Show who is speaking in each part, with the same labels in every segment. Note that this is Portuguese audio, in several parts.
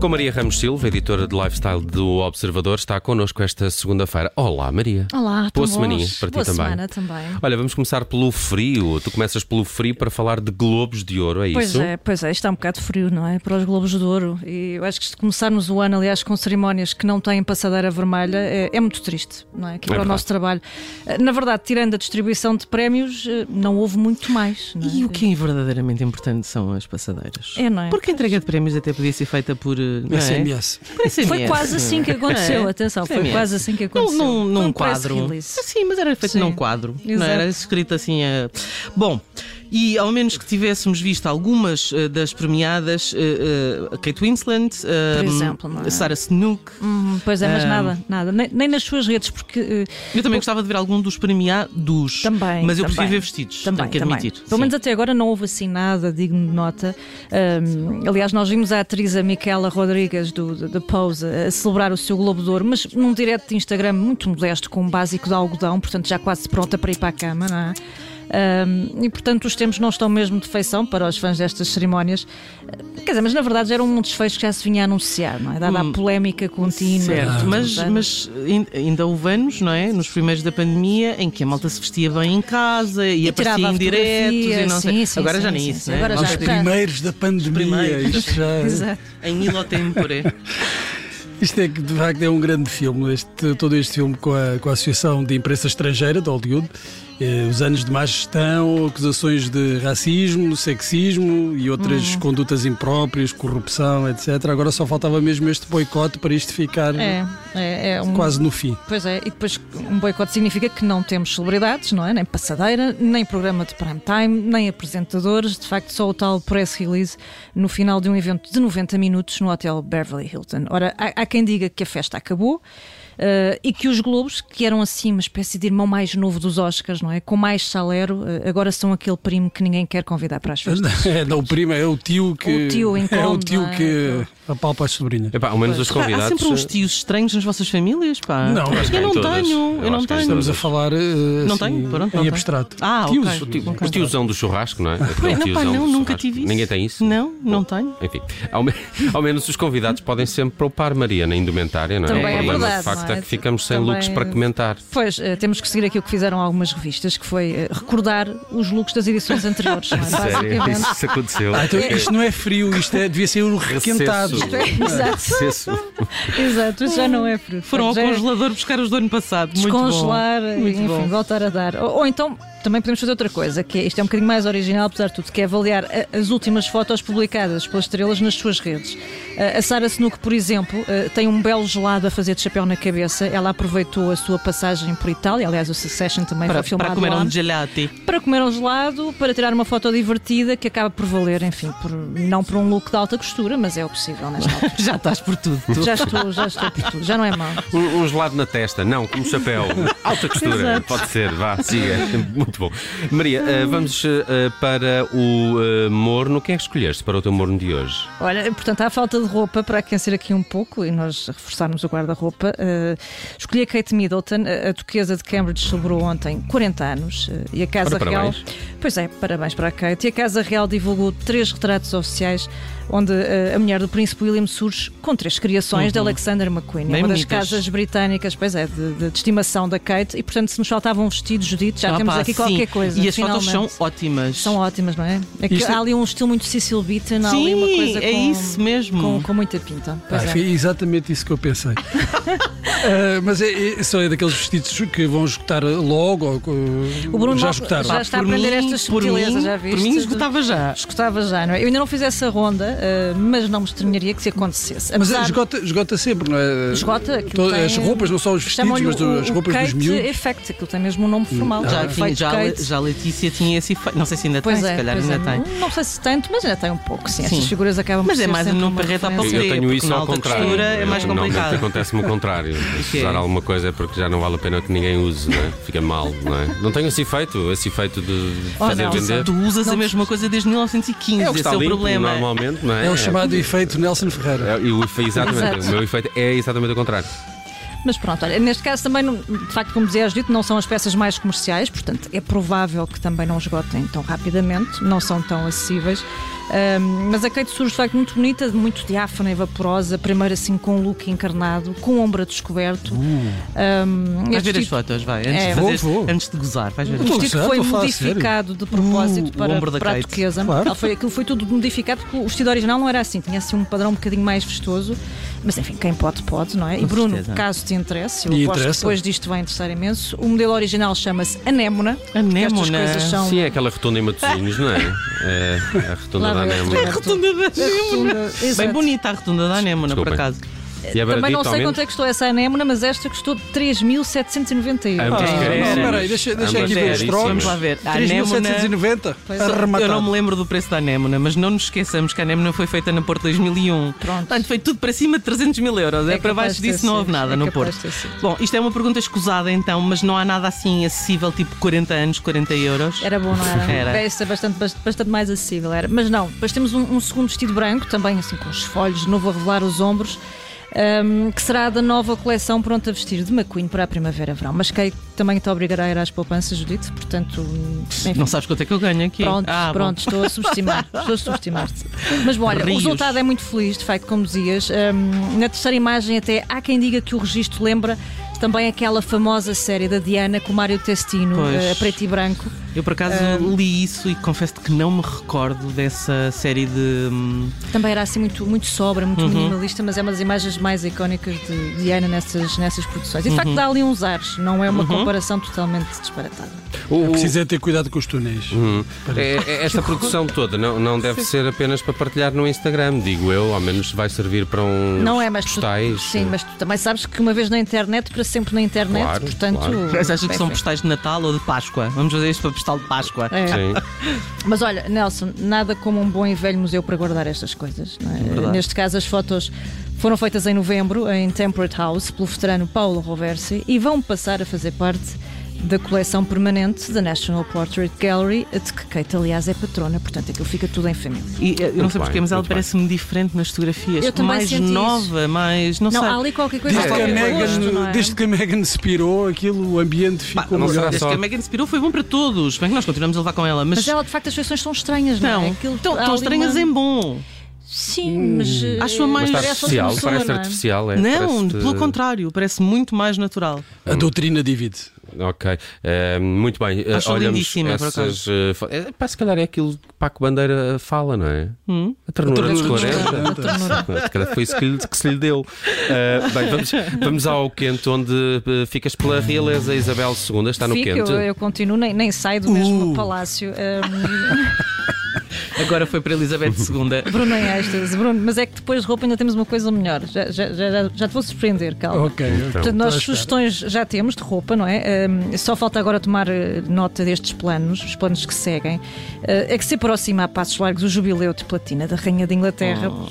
Speaker 1: Com Maria Ramos Silva, editora de Lifestyle do Observador, está connosco esta segunda-feira. Olá, Maria.
Speaker 2: Olá,
Speaker 1: Boa
Speaker 2: tão
Speaker 1: semaninha
Speaker 2: bons.
Speaker 1: para ti
Speaker 2: Boa
Speaker 1: também.
Speaker 2: semana também.
Speaker 1: Olha, vamos começar pelo frio. Tu começas pelo frio para falar de globos de ouro, é
Speaker 2: Pois
Speaker 1: isso?
Speaker 2: é, pois é, está um bocado frio, não é? Para os Globos de Ouro. E eu acho que se começarmos o ano, aliás, com cerimónias que não têm passadeira vermelha, é, é muito triste, não é? Aqui para o
Speaker 1: verdade.
Speaker 2: nosso trabalho. Eh, Na verdade, tirando a distribuição de prémios, eh, não houve muito mais. Não é?
Speaker 3: E o que é verdadeiramente importante são as passadeiras.
Speaker 2: É, não é?
Speaker 3: Porque a entrega de prémios até podia ser feita por. eh, Não é?
Speaker 4: SMS.
Speaker 3: Por SMS.
Speaker 2: Foi quase assim que aconteceu,
Speaker 3: É.
Speaker 2: atenção, foi
Speaker 3: SMS.
Speaker 2: quase assim que
Speaker 3: Num,
Speaker 2: aconteceu.
Speaker 3: num, num
Speaker 2: Foi um press
Speaker 3: quadro.
Speaker 2: release.
Speaker 3: Ah, Sim, mas era feito
Speaker 2: Sim.
Speaker 3: num quadro. Não
Speaker 2: Exato.
Speaker 3: era escrito assim a. Bom, e ao menos que tivéssemos visto algumas eh, das premiadas, eh, eh, Kate Winslet, eh,
Speaker 2: Por exemplo, não é?
Speaker 3: Sarah Snook.
Speaker 2: Hum, Pois é, mas
Speaker 3: Ah.
Speaker 2: nada, nada. Nem, nem nas suas redes, porque. eh,
Speaker 3: Eu também gostava de ver algum dos premiados.
Speaker 2: Também.
Speaker 3: Mas eu prefiro
Speaker 2: também.
Speaker 3: ver vestidos.
Speaker 2: Também,
Speaker 3: tenho que
Speaker 2: também.
Speaker 3: admitir.
Speaker 2: Pelo
Speaker 3: Sim.
Speaker 2: menos até agora não houve assim nada digno de nota. Ahm, aliás, nós vimos a atriz a Micaela Rodrigues do de- da Pose a celebrar o seu Globo de Ouro, mas num direto de Instagram muito modesto, com um básico de algodão, portanto já quase pronta para ir para a cama, não é? Ahm, e portanto os tempos não estão mesmo de feição para os fãs destas cerimónias. Ah, Quer dizer, mas na verdade já era um desfecho que já se vinha a anunciar, não é? Dada a polémica contínua.
Speaker 3: Hum. Certo,
Speaker 2: dos
Speaker 3: é? mas,
Speaker 2: anos.
Speaker 3: mas ain- ainda houve anos, não é? Nos primeiros da pandemia, em que a malta se vestia bem em casa e, aparecia
Speaker 2: tirava
Speaker 3: em diretos e não
Speaker 2: fotografia, sim,
Speaker 3: sei.
Speaker 2: sim,
Speaker 3: agora já
Speaker 2: sim,
Speaker 3: nem
Speaker 2: sim,
Speaker 3: isso,
Speaker 2: sim,
Speaker 3: não é?
Speaker 2: agora
Speaker 4: Aos
Speaker 2: já.
Speaker 4: primeiros da pandemia.
Speaker 3: primeiros.
Speaker 4: Isto, já- é-
Speaker 2: Exato.
Speaker 3: Em Ilotempore.
Speaker 4: isto é que de facto é um grande filme, este- todo este filme com a, com a Associação de Imprensa Estrangeira de Hollywood. Eh, os anos de má gestão, acusações de racismo, sexismo e outras condutas impróprias, corrupção, etc. Agora só faltava mesmo este boicote para isto ficar
Speaker 2: É, é, é um,
Speaker 4: quase no fim.
Speaker 2: Pois é, e depois um boicote significa que não temos celebridades, não é? Nem passadeira, nem programa de prime time, nem apresentadores. De facto, só o tal press release no final de um evento de 90 minutos no Hotel Beverly Hilton. Ora, há, há quem diga que a festa acabou eh, e que os Globos, que eram assim uma espécie de irmão mais novo dos Oscars, não é? Com mais salero, eh, agora são aquele primo que ninguém quer convidar para as festas.
Speaker 4: É, não, o primo é o tio que.
Speaker 2: O tio
Speaker 4: é o
Speaker 2: incómodo,
Speaker 4: tio
Speaker 2: não é?
Speaker 4: que apalpa as sobrinhas.
Speaker 1: Epá, ao menos os
Speaker 3: Há
Speaker 1: convidados. eh,
Speaker 3: sempre uns tios estranhos nas vossas famílias, pá.
Speaker 4: Não, Eu acho
Speaker 1: que
Speaker 3: eu
Speaker 1: em
Speaker 3: não
Speaker 1: todas. Eu
Speaker 3: tenho,
Speaker 1: acho
Speaker 3: eu não
Speaker 1: que em
Speaker 3: tenho.
Speaker 1: todas.
Speaker 4: Estamos a falar eh,
Speaker 3: Não
Speaker 4: assim,
Speaker 3: tenho, pronto, não
Speaker 4: em
Speaker 3: tenho.
Speaker 4: abstrato.
Speaker 3: Ah,
Speaker 4: Tios,
Speaker 3: ok.
Speaker 1: O tio- o tiozão do churrasco, não é? Aquele
Speaker 3: Não, pá,
Speaker 1: tiozão
Speaker 3: não,
Speaker 1: do
Speaker 3: nunca
Speaker 1: churrasco.
Speaker 3: tive isso.
Speaker 1: Ninguém tem isso?
Speaker 3: Não, não tenho.
Speaker 1: Enfim, ao, me- ao menos os convidados podem sempre poupar Maria na indumentária, não é?
Speaker 2: Também
Speaker 1: o
Speaker 2: é
Speaker 1: problema
Speaker 2: verdade,
Speaker 1: de facto
Speaker 2: não é?
Speaker 1: é que ficamos sem
Speaker 2: Também-
Speaker 1: looks para
Speaker 3: é
Speaker 1: comentar.
Speaker 2: Pois, eh, temos que seguir aqui o que fizeram algumas revistas, que foi eh, recordar os looks das edições anteriores, não é? Basicamente.
Speaker 1: isso aconteceu.
Speaker 4: Ah, então isto não é frio, isto é, devia ser o
Speaker 1: Recesso.
Speaker 4: requentado.
Speaker 2: é Exato,
Speaker 1: Recesso.
Speaker 2: exato, isso já não é fruto.
Speaker 3: Foram ao
Speaker 2: Já é
Speaker 3: congelador buscar os do ano passado. Muito bom.
Speaker 2: Descongelar,
Speaker 3: Muito
Speaker 2: enfim,
Speaker 3: bom.
Speaker 2: voltar a dar. Ou, ou então também podemos fazer outra coisa, que é, isto é um bocadinho mais original, apesar de tudo, que é avaliar a- as últimas fotos publicadas pelas estrelas nas suas redes. Ah, a Sara Snook, por exemplo, ah, tem um belo gelado a fazer de chapéu na cabeça. Ela aproveitou a sua passagem por Itália, aliás, o Succession também
Speaker 3: Para,
Speaker 2: foi filmado
Speaker 3: para comer
Speaker 2: lá.
Speaker 3: um gelati.
Speaker 2: para comer um gelado, para tirar uma foto divertida que acaba por valer, enfim, por- não por um look de alta costura, mas é o possível nesta altura.
Speaker 3: Já estás por tudo. tu.
Speaker 2: Já estou, já estou por tudo, já não é mal.
Speaker 1: Um, um gelado na testa, não, com um chapéu. Alta costura,
Speaker 2: Exato.
Speaker 1: pode ser, vá, siga. Muito bom. Maria, eh, vamos eh, para o eh, morno. Quem é que escolheste para o teu morno de hoje?
Speaker 2: Olha, portanto, há falta de roupa para aquecer aqui um pouco e nós reforçarmos o guarda-roupa. eh, escolhi a Kate Middleton, a, a duquesa de Cambridge celebrou ontem 40 anos eh, e a Casa
Speaker 1: Ora,
Speaker 2: Real.
Speaker 1: parabéns.
Speaker 2: Pois é, parabéns para a Kate. E a Casa Real divulgou três retratos oficiais onde eh, a mulher do Príncipe William surge com três criações de Alexander McQueen, É
Speaker 3: Bem
Speaker 2: uma das
Speaker 3: Uhum. bonitas.
Speaker 2: casas britânicas, pois é, de, de- de estimação da Kate. E portanto, se nos faltavam vestidos, Judith, já
Speaker 3: Ah,
Speaker 2: temos
Speaker 3: pá,
Speaker 2: aqui
Speaker 3: sim.
Speaker 2: qualquer coisa.
Speaker 3: E as fotos
Speaker 2: finalmente.
Speaker 3: são ótimas.
Speaker 2: São ótimas, não é? É que
Speaker 4: Isto-
Speaker 2: há ali um estilo muito Cecil Beaton, há ali uma
Speaker 3: Sim,
Speaker 2: coisa
Speaker 3: é
Speaker 2: com-
Speaker 3: isso mesmo.
Speaker 2: Com, com muita pinta. Pois
Speaker 4: Ah,
Speaker 2: é.
Speaker 4: Foi exatamente isso que eu pensei. Ah, mas é, é- só é daqueles vestidos que vão esgotar logo ou eh,
Speaker 2: O Bruno
Speaker 4: já
Speaker 2: Mal-
Speaker 4: esgotaram.
Speaker 2: já- está a aprender estas
Speaker 3: por
Speaker 2: subtilezas,
Speaker 3: mim,
Speaker 2: já
Speaker 3: Por
Speaker 2: viste?
Speaker 3: mim esgotava já.
Speaker 2: Escutava já, não é? Eu ainda não fiz essa ronda, eh, mas não me estranharia que se acontecesse.
Speaker 4: Mas
Speaker 2: Apesar-
Speaker 4: esgota, esgota sempre, não é?
Speaker 2: Esgota, aquilo
Speaker 4: Todas
Speaker 2: tem-
Speaker 4: As roupas, não só os vestidos,
Speaker 2: chamam-lhe
Speaker 4: mas
Speaker 2: o-
Speaker 4: as
Speaker 2: o
Speaker 4: roupas dos
Speaker 2: Kate
Speaker 4: miúdos. Hum.
Speaker 2: Effect, aquilo tem mesmo um nome formal.
Speaker 3: Já, enfim,
Speaker 2: Feito
Speaker 3: Ah, já já, Le-
Speaker 2: Kate.
Speaker 3: já a Letícia tinha esse efeito. Não sei se ainda
Speaker 2: Pois
Speaker 3: tem,
Speaker 2: é,
Speaker 3: se calhar
Speaker 2: pois
Speaker 3: ainda
Speaker 2: é.
Speaker 3: tem.
Speaker 2: Não, não sei se tanto, mas ainda tem um pouco, sim. Estas
Speaker 3: Sim.
Speaker 2: figuras acabam
Speaker 3: Mas
Speaker 2: por
Speaker 3: é
Speaker 2: ser
Speaker 3: mais
Speaker 2: sempre
Speaker 3: num
Speaker 2: uma
Speaker 3: parrete ao
Speaker 2: referência.
Speaker 1: Eu
Speaker 3: Sim,
Speaker 1: tenho
Speaker 3: porque
Speaker 1: isso
Speaker 3: na
Speaker 1: ao
Speaker 3: alta
Speaker 1: contrário.
Speaker 3: costura é
Speaker 1: Eu,
Speaker 3: mais complicado.
Speaker 1: Normalmente acontece-me o contrário. Se
Speaker 3: Ok.
Speaker 1: usar alguma coisa é porque já não vale a pena que ninguém use, não é? Fica mal, não é? Não tenho esse efeito, esse efeito de
Speaker 2: Oh,
Speaker 1: fazer
Speaker 2: não.
Speaker 1: vender.
Speaker 3: Tu usas
Speaker 2: Não-
Speaker 3: a mesma coisa desde 1915,
Speaker 1: É o que
Speaker 3: esse
Speaker 1: está
Speaker 3: é o
Speaker 1: limpo,
Speaker 3: problema.
Speaker 1: normalmente, não é?
Speaker 4: É o chamado efeito Nelson Ferreira.
Speaker 1: É, e o efe- exatamente,
Speaker 2: Exato.
Speaker 1: o meu efeito é exatamente o contrário.
Speaker 2: Mas pronto, olha, neste caso também, não- de facto, como dizias dito, não são as peças mais comerciais, portanto é provável que também não esgotem tão rapidamente, não são tão acessíveis. Ahm, mas a Kate surge de facto muito bonita, muito diáfana e vaporosa, primeiro assim com um look encarnado, com ombro a descoberto. Ahm,
Speaker 3: Hum. Vais
Speaker 2: este
Speaker 3: ver as
Speaker 2: tipo-
Speaker 3: fotos, vai. Antes,
Speaker 2: É.
Speaker 3: de, fazer,
Speaker 4: Vou, vou.
Speaker 3: antes de gozar, vais ver.
Speaker 2: O vestido
Speaker 4: Estou a
Speaker 2: foi
Speaker 4: gozar, estou a falar
Speaker 2: modificado de propósito
Speaker 3: Uh, o
Speaker 2: para,
Speaker 3: ombro da
Speaker 2: para a
Speaker 3: Kate.
Speaker 2: turquesa.
Speaker 4: Claro.
Speaker 2: Ela foi, aquilo foi tudo modificado porque o vestido original não era assim, tinha assim um padrão um bocadinho mais festoso. Mas enfim, quem pode, pode, não é? e
Speaker 3: Com
Speaker 2: Bruno,
Speaker 3: certeza.
Speaker 2: caso te interesse, eu
Speaker 4: E
Speaker 2: aposto que
Speaker 4: interessa.
Speaker 2: depois disto vai interessar imenso. O modelo original chama-se Anémona. porque Estas
Speaker 3: Anémona.
Speaker 2: coisas são.
Speaker 3: Então-
Speaker 1: Sim, é aquela retunda em Matosinhos, não é? É, a retunda
Speaker 2: Lá
Speaker 1: da
Speaker 2: vai a
Speaker 1: Anémona.
Speaker 3: A rotunda da Anémona. Bem
Speaker 2: Exato.
Speaker 3: bonita a rotunda da Anémona, por
Speaker 1: Desculpem.
Speaker 3: acaso.
Speaker 1: E a
Speaker 2: Também não
Speaker 1: Baradita, ao
Speaker 2: sei
Speaker 1: menos?
Speaker 2: quanto é que custou essa anémona, mas esta custou
Speaker 1: Ambas
Speaker 2: 3.790 euros.
Speaker 3: É
Speaker 4: Ah,
Speaker 1: caríssimas.
Speaker 4: não, peraí, deixa- deixa
Speaker 1: Ambas
Speaker 4: aqui ver os
Speaker 1: caríssimas.
Speaker 4: trocos.
Speaker 3: Vamos lá ver. A Anémona.
Speaker 4: 3790,
Speaker 2: Pois é.
Speaker 3: Eu não me
Speaker 4: arrematado.
Speaker 3: lembro do preço da anémona, mas não nos esqueçamos que a anémona foi feita no Porto 2001.
Speaker 2: Pronto.
Speaker 3: Portanto, foi tudo para cima de 300 mil euros. É,
Speaker 2: É
Speaker 3: para
Speaker 2: capaz
Speaker 3: baixo
Speaker 2: de ter
Speaker 3: disso não houve
Speaker 2: sido.
Speaker 3: nada
Speaker 2: É
Speaker 3: no
Speaker 2: capaz
Speaker 3: Porto.
Speaker 2: de ter sido.
Speaker 3: Bom, isto é uma pergunta escusada então, mas não há nada assim acessível, tipo 40 anos, 40 euros?
Speaker 2: Era bom, não era?
Speaker 3: Era.
Speaker 2: Essa é bastante, bast- bastante mais acessível. Era. Mas não, depois temos um, um segundo vestido branco, também assim com os folhos, de novo a revelar os ombros, ahm, que será da nova coleção pronta a vestir de McQueen para a primavera-verão. Mas que também te obrigará a ir às poupanças, Judite, portanto, enfim.
Speaker 3: Não sabes quanto é que eu ganho aqui?
Speaker 2: Pronto,
Speaker 3: Ah, bom.
Speaker 2: pronto, estou a subestimar. estou a subestimar-te. Mas bom, olha, o
Speaker 3: Rios.
Speaker 2: resultado é muito feliz, de facto, como dizias. Hum, na terceira imagem, até há quem diga que o registro lembra também aquela famosa série da Diana com o Mário Testino,
Speaker 3: Pois.
Speaker 2: eh, preto e branco.
Speaker 3: Eu por acaso
Speaker 2: Hum.
Speaker 3: li isso e confesso que não me recordo dessa série de. hum,
Speaker 2: Também era assim muito, muito sobra,
Speaker 1: Uhum.
Speaker 2: muito minimalista, mas é uma das imagens mais icónicas de Diana nessas, nessas produções. E de
Speaker 1: Uhum.
Speaker 2: facto dá ali uns ares, não é uma comparação totalmente disparatada.
Speaker 1: O- o-
Speaker 4: Precisa é ter cuidado com os túneis.
Speaker 3: Hum.
Speaker 1: É- é- esta produção toda não, não deve ser apenas para partilhar no Instagram, digo eu, ao menos vai servir para um
Speaker 2: Não é, mas tu,
Speaker 1: postais. eh.
Speaker 2: sim, mas tu também sabes que uma vez na internet, para sempre na internet,
Speaker 1: Claro,
Speaker 2: portanto.
Speaker 1: claro.
Speaker 3: Mas achas que são
Speaker 2: enfim.
Speaker 3: postais de Natal ou de Páscoa? Vamos fazer isto para postal de Páscoa.
Speaker 2: É.
Speaker 1: Sim.
Speaker 2: Mas olha, Nelson, nada como um bom e velho museu para guardar estas coisas. não é?
Speaker 3: verdade.
Speaker 2: Neste caso, as fotos foram feitas em novembro, em Temperate House, pelo veterano Paulo Roversi, e vão passar a fazer parte da coleção permanente da National Portrait Gallery, de que Kate, aliás, é patrona, portanto aquilo fica tudo em família.
Speaker 3: E, eh, eu não
Speaker 1: Muito
Speaker 3: sei porquê,
Speaker 1: bem,
Speaker 3: mas ela
Speaker 1: muito bem.
Speaker 3: parece-me diferente nas fotografias.
Speaker 2: Eu também
Speaker 3: mais
Speaker 2: senti isso.
Speaker 3: nova, mais. Não,
Speaker 2: Não,
Speaker 3: sei.
Speaker 2: há ali qualquer coisa
Speaker 4: Desde,
Speaker 1: Ah,
Speaker 4: que a
Speaker 1: é.
Speaker 4: Meghan,
Speaker 2: não é?
Speaker 4: desde que a Meghan se pirou, aquilo, o ambiente
Speaker 3: Pá,
Speaker 4: ficou
Speaker 1: não
Speaker 4: melhor.
Speaker 1: será
Speaker 3: desde
Speaker 1: só-
Speaker 3: que a Megan se pirou foi bom para todos. Bem que nós continuamos a levar com ela, mas.
Speaker 2: Mas ela, de facto, as feições são estranhas, não,
Speaker 3: não,
Speaker 2: é? Aquilo-
Speaker 3: tão,
Speaker 2: há
Speaker 3: tão
Speaker 2: ali
Speaker 3: estranhas
Speaker 2: uma-
Speaker 3: em Hum. bom.
Speaker 2: Sim, mas. eh,
Speaker 3: Acho-a mais-
Speaker 1: Mas está
Speaker 3: Parece outra
Speaker 1: artificial,
Speaker 2: pessoa,
Speaker 1: parece
Speaker 2: não é?
Speaker 1: artificial. É,
Speaker 3: Não,
Speaker 1: parece-te-
Speaker 3: pelo contrário, parece muito mais natural.
Speaker 4: A doutrina divide.
Speaker 1: Ok, Eh, muito bem. Eh,
Speaker 3: Acho
Speaker 1: Olhamos
Speaker 3: lindíssima, por
Speaker 1: essas. eh, fo- eh, pá, se calhar é aquilo que Paco Bandeira fala, não é? A ternura dos
Speaker 4: ternura dos
Speaker 1: 40.
Speaker 4: quarenta.
Speaker 1: Se calhar Foi isso que, lhe- que se lhe deu. Eh, bem, vamos, vamos ao quente, onde eh, ficas pela realeza Isabel II. Está Tá no
Speaker 2: Fica, eu,
Speaker 1: quente.
Speaker 2: eu continuo, nem, nem saio do
Speaker 3: Uh.
Speaker 2: mesmo palácio. Ah,
Speaker 3: Agora foi para Elizabeth II.
Speaker 2: Bruno em êxtase, Bruno, mas é que depois de roupa ainda temos uma coisa melhor. Já, já, já, já- já te vou surpreender, calma.
Speaker 4: Ok,
Speaker 1: então.
Speaker 4: ok.
Speaker 2: Portanto, nós
Speaker 4: Lá está.
Speaker 2: sugestões já temos de roupa, não é? Ahm, só falta agora tomar eh, nota destes planos, os planos que seguem. Ah, é que se aproxima a passos largos o jubileu de platina da Rainha de Inglaterra.
Speaker 4: Oh.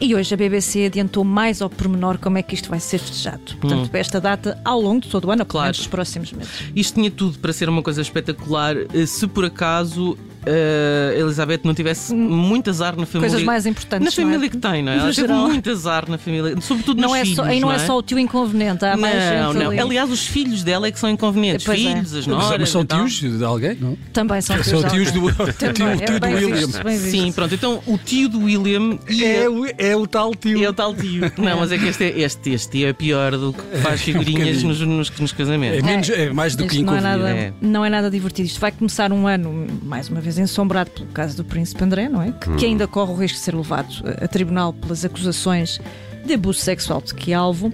Speaker 2: E hoje a BBC adiantou mais ao pormenor como é que isto vai ser festejado. Portanto, esta data ao longo de todo o ano, claro.
Speaker 3: Claro.
Speaker 2: dos próximos meses.
Speaker 3: Isto tinha tudo para ser uma coisa espetacular eh, se por acaso eh, Elizabeth não tivesse muito azar na família.
Speaker 2: Coisas mais importantes,
Speaker 3: Na família
Speaker 2: não é?
Speaker 3: que tem, não é? Ela
Speaker 2: No
Speaker 3: teve
Speaker 2: geral.
Speaker 3: muito azar na família, sobretudo
Speaker 2: Não
Speaker 3: nos
Speaker 2: é,
Speaker 3: filhos.
Speaker 2: só, aí não, é só o tio inconveniente, há mais
Speaker 3: Não,
Speaker 2: gente
Speaker 3: não.
Speaker 2: ali.
Speaker 3: Aliás, os filhos dela é que são inconvenientes.
Speaker 2: Pois é.
Speaker 3: filhos, as noras.
Speaker 4: Mas, mas são
Speaker 3: e tal.
Speaker 4: tios de alguém? Não?
Speaker 2: Também são tios.
Speaker 4: São
Speaker 2: de
Speaker 4: tios
Speaker 2: alguém.
Speaker 4: do,
Speaker 2: Também,
Speaker 4: tio,
Speaker 2: é
Speaker 4: tio do
Speaker 2: bem
Speaker 4: William.
Speaker 2: visto, bem visto.
Speaker 3: Sim, pronto. Então o tio do William e
Speaker 4: É, o- é o tal tio.
Speaker 3: é o tal tio. Não, mas é que este, é- este, este tio é pior do que faz figurinhas
Speaker 4: Um
Speaker 3: nos, nos, nos casamentos.
Speaker 4: É menos- é mais do
Speaker 2: Isto
Speaker 4: que
Speaker 2: não é,
Speaker 4: inconveniente.
Speaker 2: nada,
Speaker 3: É.
Speaker 2: não é nada divertido. Isto vai começar um ano, mais uma vez, ensombrado pelo caso do Príncipe André, não é? Que,
Speaker 4: Hum.
Speaker 2: que ainda corre o risco de ser levado eh, a, a tribunal pelas acusações de abuso sexual de que é alvo.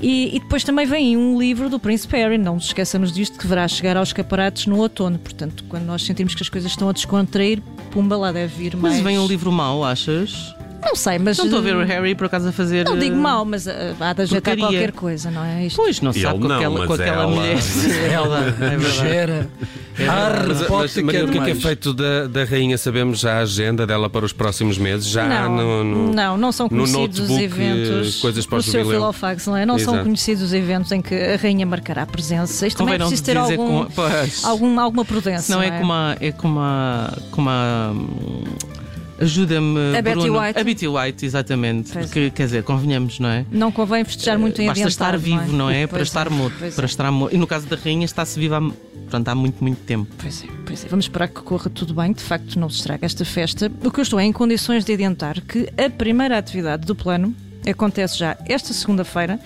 Speaker 2: E, e depois também vem um livro do Príncipe Harry, não nos esqueçamos disto, que deverá chegar aos escaparates no outono. Portanto, quando nós sentimos que as coisas estão a descontrair, pumba, lá deve vir mais.
Speaker 3: Mas vem um livro mau, achas?
Speaker 2: Não sei, mas.
Speaker 3: um
Speaker 2: eh,
Speaker 3: Não estou a ver o Harry por acaso a fazer.
Speaker 2: Não digo
Speaker 3: eh,
Speaker 2: mal, mas eh, há de ajeitar
Speaker 3: porcaria.
Speaker 2: qualquer coisa, não é? Isto.
Speaker 3: Pois, não se
Speaker 1: Ele
Speaker 3: sabe com
Speaker 1: não,
Speaker 3: aquela, com
Speaker 1: mas
Speaker 3: aquela
Speaker 1: ela-
Speaker 3: mulher. Ela, é verdade.
Speaker 4: Gera.
Speaker 2: É
Speaker 4: Arre,
Speaker 1: Mas, mas,
Speaker 4: pode
Speaker 1: Maria,
Speaker 4: quer
Speaker 1: o que é que é
Speaker 4: mais.
Speaker 1: feito da, da rainha? Sabemos já a agenda dela para os próximos meses? Já
Speaker 2: Não,
Speaker 1: Ah, no, no-
Speaker 2: não, não são
Speaker 1: no
Speaker 2: conhecidos os
Speaker 1: notebook,
Speaker 2: eventos.
Speaker 1: eh, coisas para
Speaker 2: o
Speaker 1: o
Speaker 2: seu
Speaker 1: jubileu.
Speaker 2: filofax, não é? Não são
Speaker 1: Exato.
Speaker 2: conhecidos os eventos em que a rainha marcará a presença. Isto também é
Speaker 3: Convém não
Speaker 2: preciso ter
Speaker 3: dizer
Speaker 2: algum,
Speaker 3: com- pois.
Speaker 2: algum- alguma prudência.
Speaker 3: Senão é
Speaker 2: não
Speaker 3: como a. É como a, como a hum, Ajuda-me.
Speaker 2: A Betty
Speaker 3: Bruno.
Speaker 2: White.
Speaker 3: A Betty White, exatamente.
Speaker 2: Pois.
Speaker 3: Que, quer dizer, convenhamos, não é?
Speaker 2: Não convém festejar muito em
Speaker 3: Basta estar
Speaker 2: adiantado,
Speaker 3: vivo, não é? Para
Speaker 2: Pois
Speaker 3: estar morto.
Speaker 2: pois
Speaker 3: Para
Speaker 2: é.
Speaker 3: estar morto. E no caso da rainha, está-se viva há, portanto, há muito, muito tempo.
Speaker 2: Pois é, pois é. Vamos esperar que corra tudo bem, de facto não se estraga esta festa. O que eu estou é em condições de adiantar que a primeira atividade do plano acontece já esta segunda-feira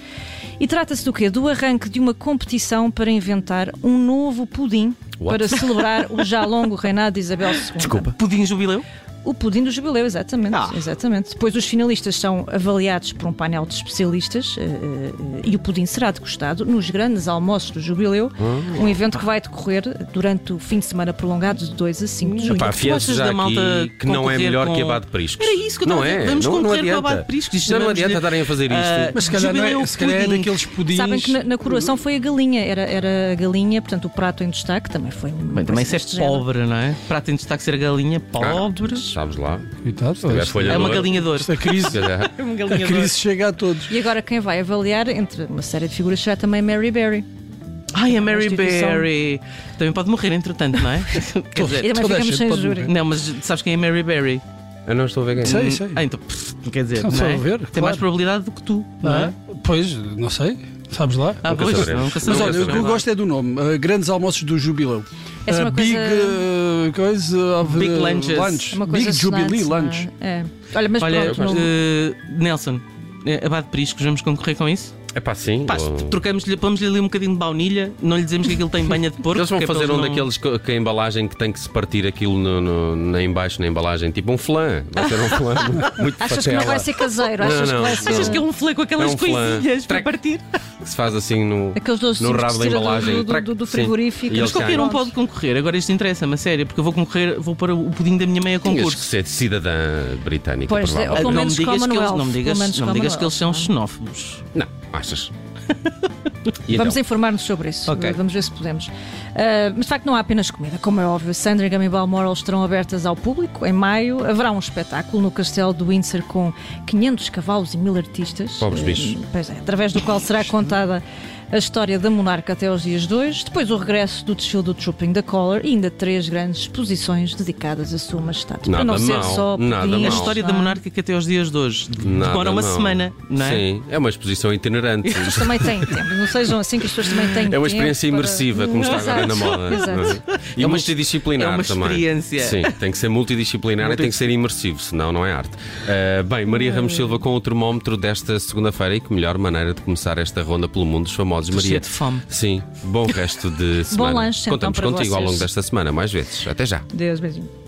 Speaker 2: e trata-se do quê? Do arranque de uma competição para inventar um novo pudim
Speaker 1: What?
Speaker 2: para celebrar o já longo reinado de Isabel II.
Speaker 3: Pudim jubileu?
Speaker 2: O pudim do jubileu, exatamente,
Speaker 3: Ah.
Speaker 2: exatamente. Depois os finalistas são avaliados por um painel de especialistas eh, eh, e o pudim será degustado nos grandes almoços do jubileu, um evento que vai decorrer durante o fim de semana prolongado de 2 a 5 de junho.
Speaker 1: Pá,
Speaker 3: Tu
Speaker 1: afianço
Speaker 3: achas
Speaker 1: já
Speaker 3: da malta
Speaker 1: aqui que não é
Speaker 3: concorrer
Speaker 1: melhor
Speaker 3: com-
Speaker 1: que abate priscos.
Speaker 3: Era isso que eu
Speaker 1: não
Speaker 3: estava a
Speaker 1: é.
Speaker 3: dizer. Vamos
Speaker 1: não, não
Speaker 3: concorrer com
Speaker 1: adianta.
Speaker 3: abate
Speaker 1: Já
Speaker 3: priscos.
Speaker 1: não
Speaker 3: Chamamos-lhe,
Speaker 1: adianta estarem a fazer isto.
Speaker 3: ah,
Speaker 4: Mas se calhar, não
Speaker 3: Jubileu
Speaker 4: é, se calhar é
Speaker 3: pudim.
Speaker 4: daqueles pudins.
Speaker 2: Sabem que na, na coroação foi a galinha, era, era a galinha, portanto o prato em destaque também foi um.
Speaker 3: Bem, também se é
Speaker 2: deste género.
Speaker 3: pobre, não é? Prato em destaque ser galinha, pobre.
Speaker 1: Sabes lá.
Speaker 4: Coitado,
Speaker 1: tiver
Speaker 4: isto-
Speaker 1: folha
Speaker 3: é uma
Speaker 1: de ouro,
Speaker 3: galinha de ouro.
Speaker 4: esta crise,
Speaker 3: É uma galinha
Speaker 4: a
Speaker 3: de ouro.
Speaker 4: crise chega a todos.
Speaker 2: E agora quem vai avaliar, entre uma série de figuras, será também Mary Berry.
Speaker 3: Ai, a Mary
Speaker 2: Constituição.
Speaker 3: Berry. Também pode morrer, entretanto, não é?
Speaker 2: E
Speaker 3: Quer dizer,
Speaker 2: também
Speaker 4: toda a
Speaker 2: ficamos
Speaker 4: gente
Speaker 2: sem
Speaker 4: pode
Speaker 2: júri.
Speaker 4: morrer.
Speaker 3: não, mas sabes quem é Mary Berry?
Speaker 1: Eu não estou a ver quem é.
Speaker 4: Sei, sei.
Speaker 3: Ah, então, pff, quer dizer,
Speaker 4: Não
Speaker 3: não
Speaker 4: sou
Speaker 3: é?
Speaker 4: a ver,
Speaker 3: tem
Speaker 4: claro.
Speaker 3: mais probabilidade do que tu, não é?
Speaker 4: Pois, não sei. Sabes lá?
Speaker 3: Ah,
Speaker 1: Nunca
Speaker 3: pois,
Speaker 1: saberemos.
Speaker 3: nunca
Speaker 1: Mas
Speaker 4: Mas
Speaker 1: Não,
Speaker 4: olha,
Speaker 1: eu
Speaker 4: o que eu
Speaker 1: sei.
Speaker 4: gosto é do nome. eh, grandes almoços do jubileu.
Speaker 2: Essa é uma
Speaker 4: Eh, big
Speaker 2: coisa-
Speaker 4: eh, coisa of,
Speaker 3: Big
Speaker 4: eh,
Speaker 3: lunches.
Speaker 4: lunch.
Speaker 2: É uma coisa
Speaker 4: Big
Speaker 2: sonante,
Speaker 4: Jubilee
Speaker 2: não é?
Speaker 4: Lunch.
Speaker 2: É. Olha, mas
Speaker 3: Olha,
Speaker 2: pronto, não-
Speaker 3: eh, Nelson, eh, abate priscos, vamos concorrer com isso?
Speaker 1: É pá, sim.
Speaker 3: Pá,
Speaker 1: ou-
Speaker 3: trocamos-lhe, pomos-lhe ali um bocadinho de baunilha, não lhe dizemos que aquilo tem banha de porco.
Speaker 1: Eles vão
Speaker 3: que é para
Speaker 1: fazer um
Speaker 3: não-
Speaker 1: daqueles que, que a embalagem que tem que se partir aquilo no, no, na embaixo na embalagem, tipo um flan. Vai ser um flan muito
Speaker 2: Achas que não
Speaker 1: fatela,
Speaker 2: vai ser caseiro?
Speaker 1: Não,
Speaker 2: Achas que
Speaker 1: não.
Speaker 2: vai ser.
Speaker 3: Achas que é um flê com aquelas
Speaker 1: É um flã.
Speaker 3: coisinhas para
Speaker 1: Trac.
Speaker 3: partir?
Speaker 1: que se faz assim no,
Speaker 2: Aqueles doces
Speaker 1: no
Speaker 2: que
Speaker 1: rabo
Speaker 2: se
Speaker 1: da
Speaker 2: tira do-
Speaker 1: embalagem.
Speaker 2: do- do-
Speaker 1: Trac.
Speaker 2: do
Speaker 1: Sim.
Speaker 2: frigorífico.
Speaker 1: E
Speaker 3: Mas
Speaker 1: eles
Speaker 3: qualquer um
Speaker 1: caem.
Speaker 3: pode concorrer. Agora isto interessa-me, a sério, porque eu vou concorrer, vou pôr o pudim da minha meia a
Speaker 1: Tinhas
Speaker 3: concurso.
Speaker 1: que ser cidadã britânica.
Speaker 2: Pois é,
Speaker 1: provavelmente.
Speaker 2: Pelo
Speaker 3: não
Speaker 2: menos
Speaker 3: me digas que eles,
Speaker 2: Commonwealth,
Speaker 3: não me digas,
Speaker 2: pelo menos
Speaker 3: não me digas que eles
Speaker 2: Commonwealth,
Speaker 3: são
Speaker 2: não é?
Speaker 3: xenófobos.
Speaker 1: Não, achas? E
Speaker 2: Vamos
Speaker 1: então?
Speaker 2: informar-nos sobre isso.
Speaker 3: Ok.
Speaker 2: Vamos ver se podemos. Ah, mas de facto não há apenas comida, como é óbvio. Sandringham e Balmoral estarão abertas ao público em maio. Haverá um espetáculo no castelo do Windsor com 500 cavalos e mil artistas.
Speaker 1: Pobres
Speaker 2: Ah,
Speaker 1: bichos.
Speaker 2: Pois é, através do qual será contada a história da monarca até aos dias de hoje. Depois o regresso do desfile do Trooping da Collar e ainda três grandes exposições dedicadas à sua majestade. Para
Speaker 1: Nada
Speaker 2: não ser
Speaker 1: mau,
Speaker 2: só
Speaker 1: nada
Speaker 2: pudins,
Speaker 3: A
Speaker 1: mau.
Speaker 2: não
Speaker 3: história da
Speaker 2: é?
Speaker 3: monarca que até aos dias de hoje
Speaker 1: Nada,
Speaker 3: demora uma
Speaker 1: não.
Speaker 3: semana, não é?
Speaker 1: Sim, é uma exposição itinerante.
Speaker 2: Mas também têm tempo, não sejam assim que as pessoas também têm tempo.
Speaker 1: É uma experiência
Speaker 2: para-
Speaker 1: imersiva, como está agora na
Speaker 2: Exato,
Speaker 1: moda.
Speaker 2: exato.
Speaker 1: não é? E
Speaker 3: É uma-
Speaker 1: multidisciplinar
Speaker 3: é uma
Speaker 1: também.
Speaker 3: experiência.
Speaker 1: Sim, tem que ser multidisciplinar e tem que ser imersivo, senão não é arte. Ah, bem,
Speaker 2: Hum.
Speaker 1: Maria Ramos Silva com o termómetro desta segunda-feira e que melhor maneira de começar esta ronda pelo mundo dos famosos.
Speaker 3: Estou
Speaker 1: Maria.
Speaker 3: cheio de fome.
Speaker 1: Sim, bom resto de semana.
Speaker 2: lanche, então,
Speaker 1: Contamos
Speaker 2: para
Speaker 1: contigo ao
Speaker 2: vocês.
Speaker 1: longo desta semana, mais vezes. Até já.
Speaker 2: Deus, beijinho.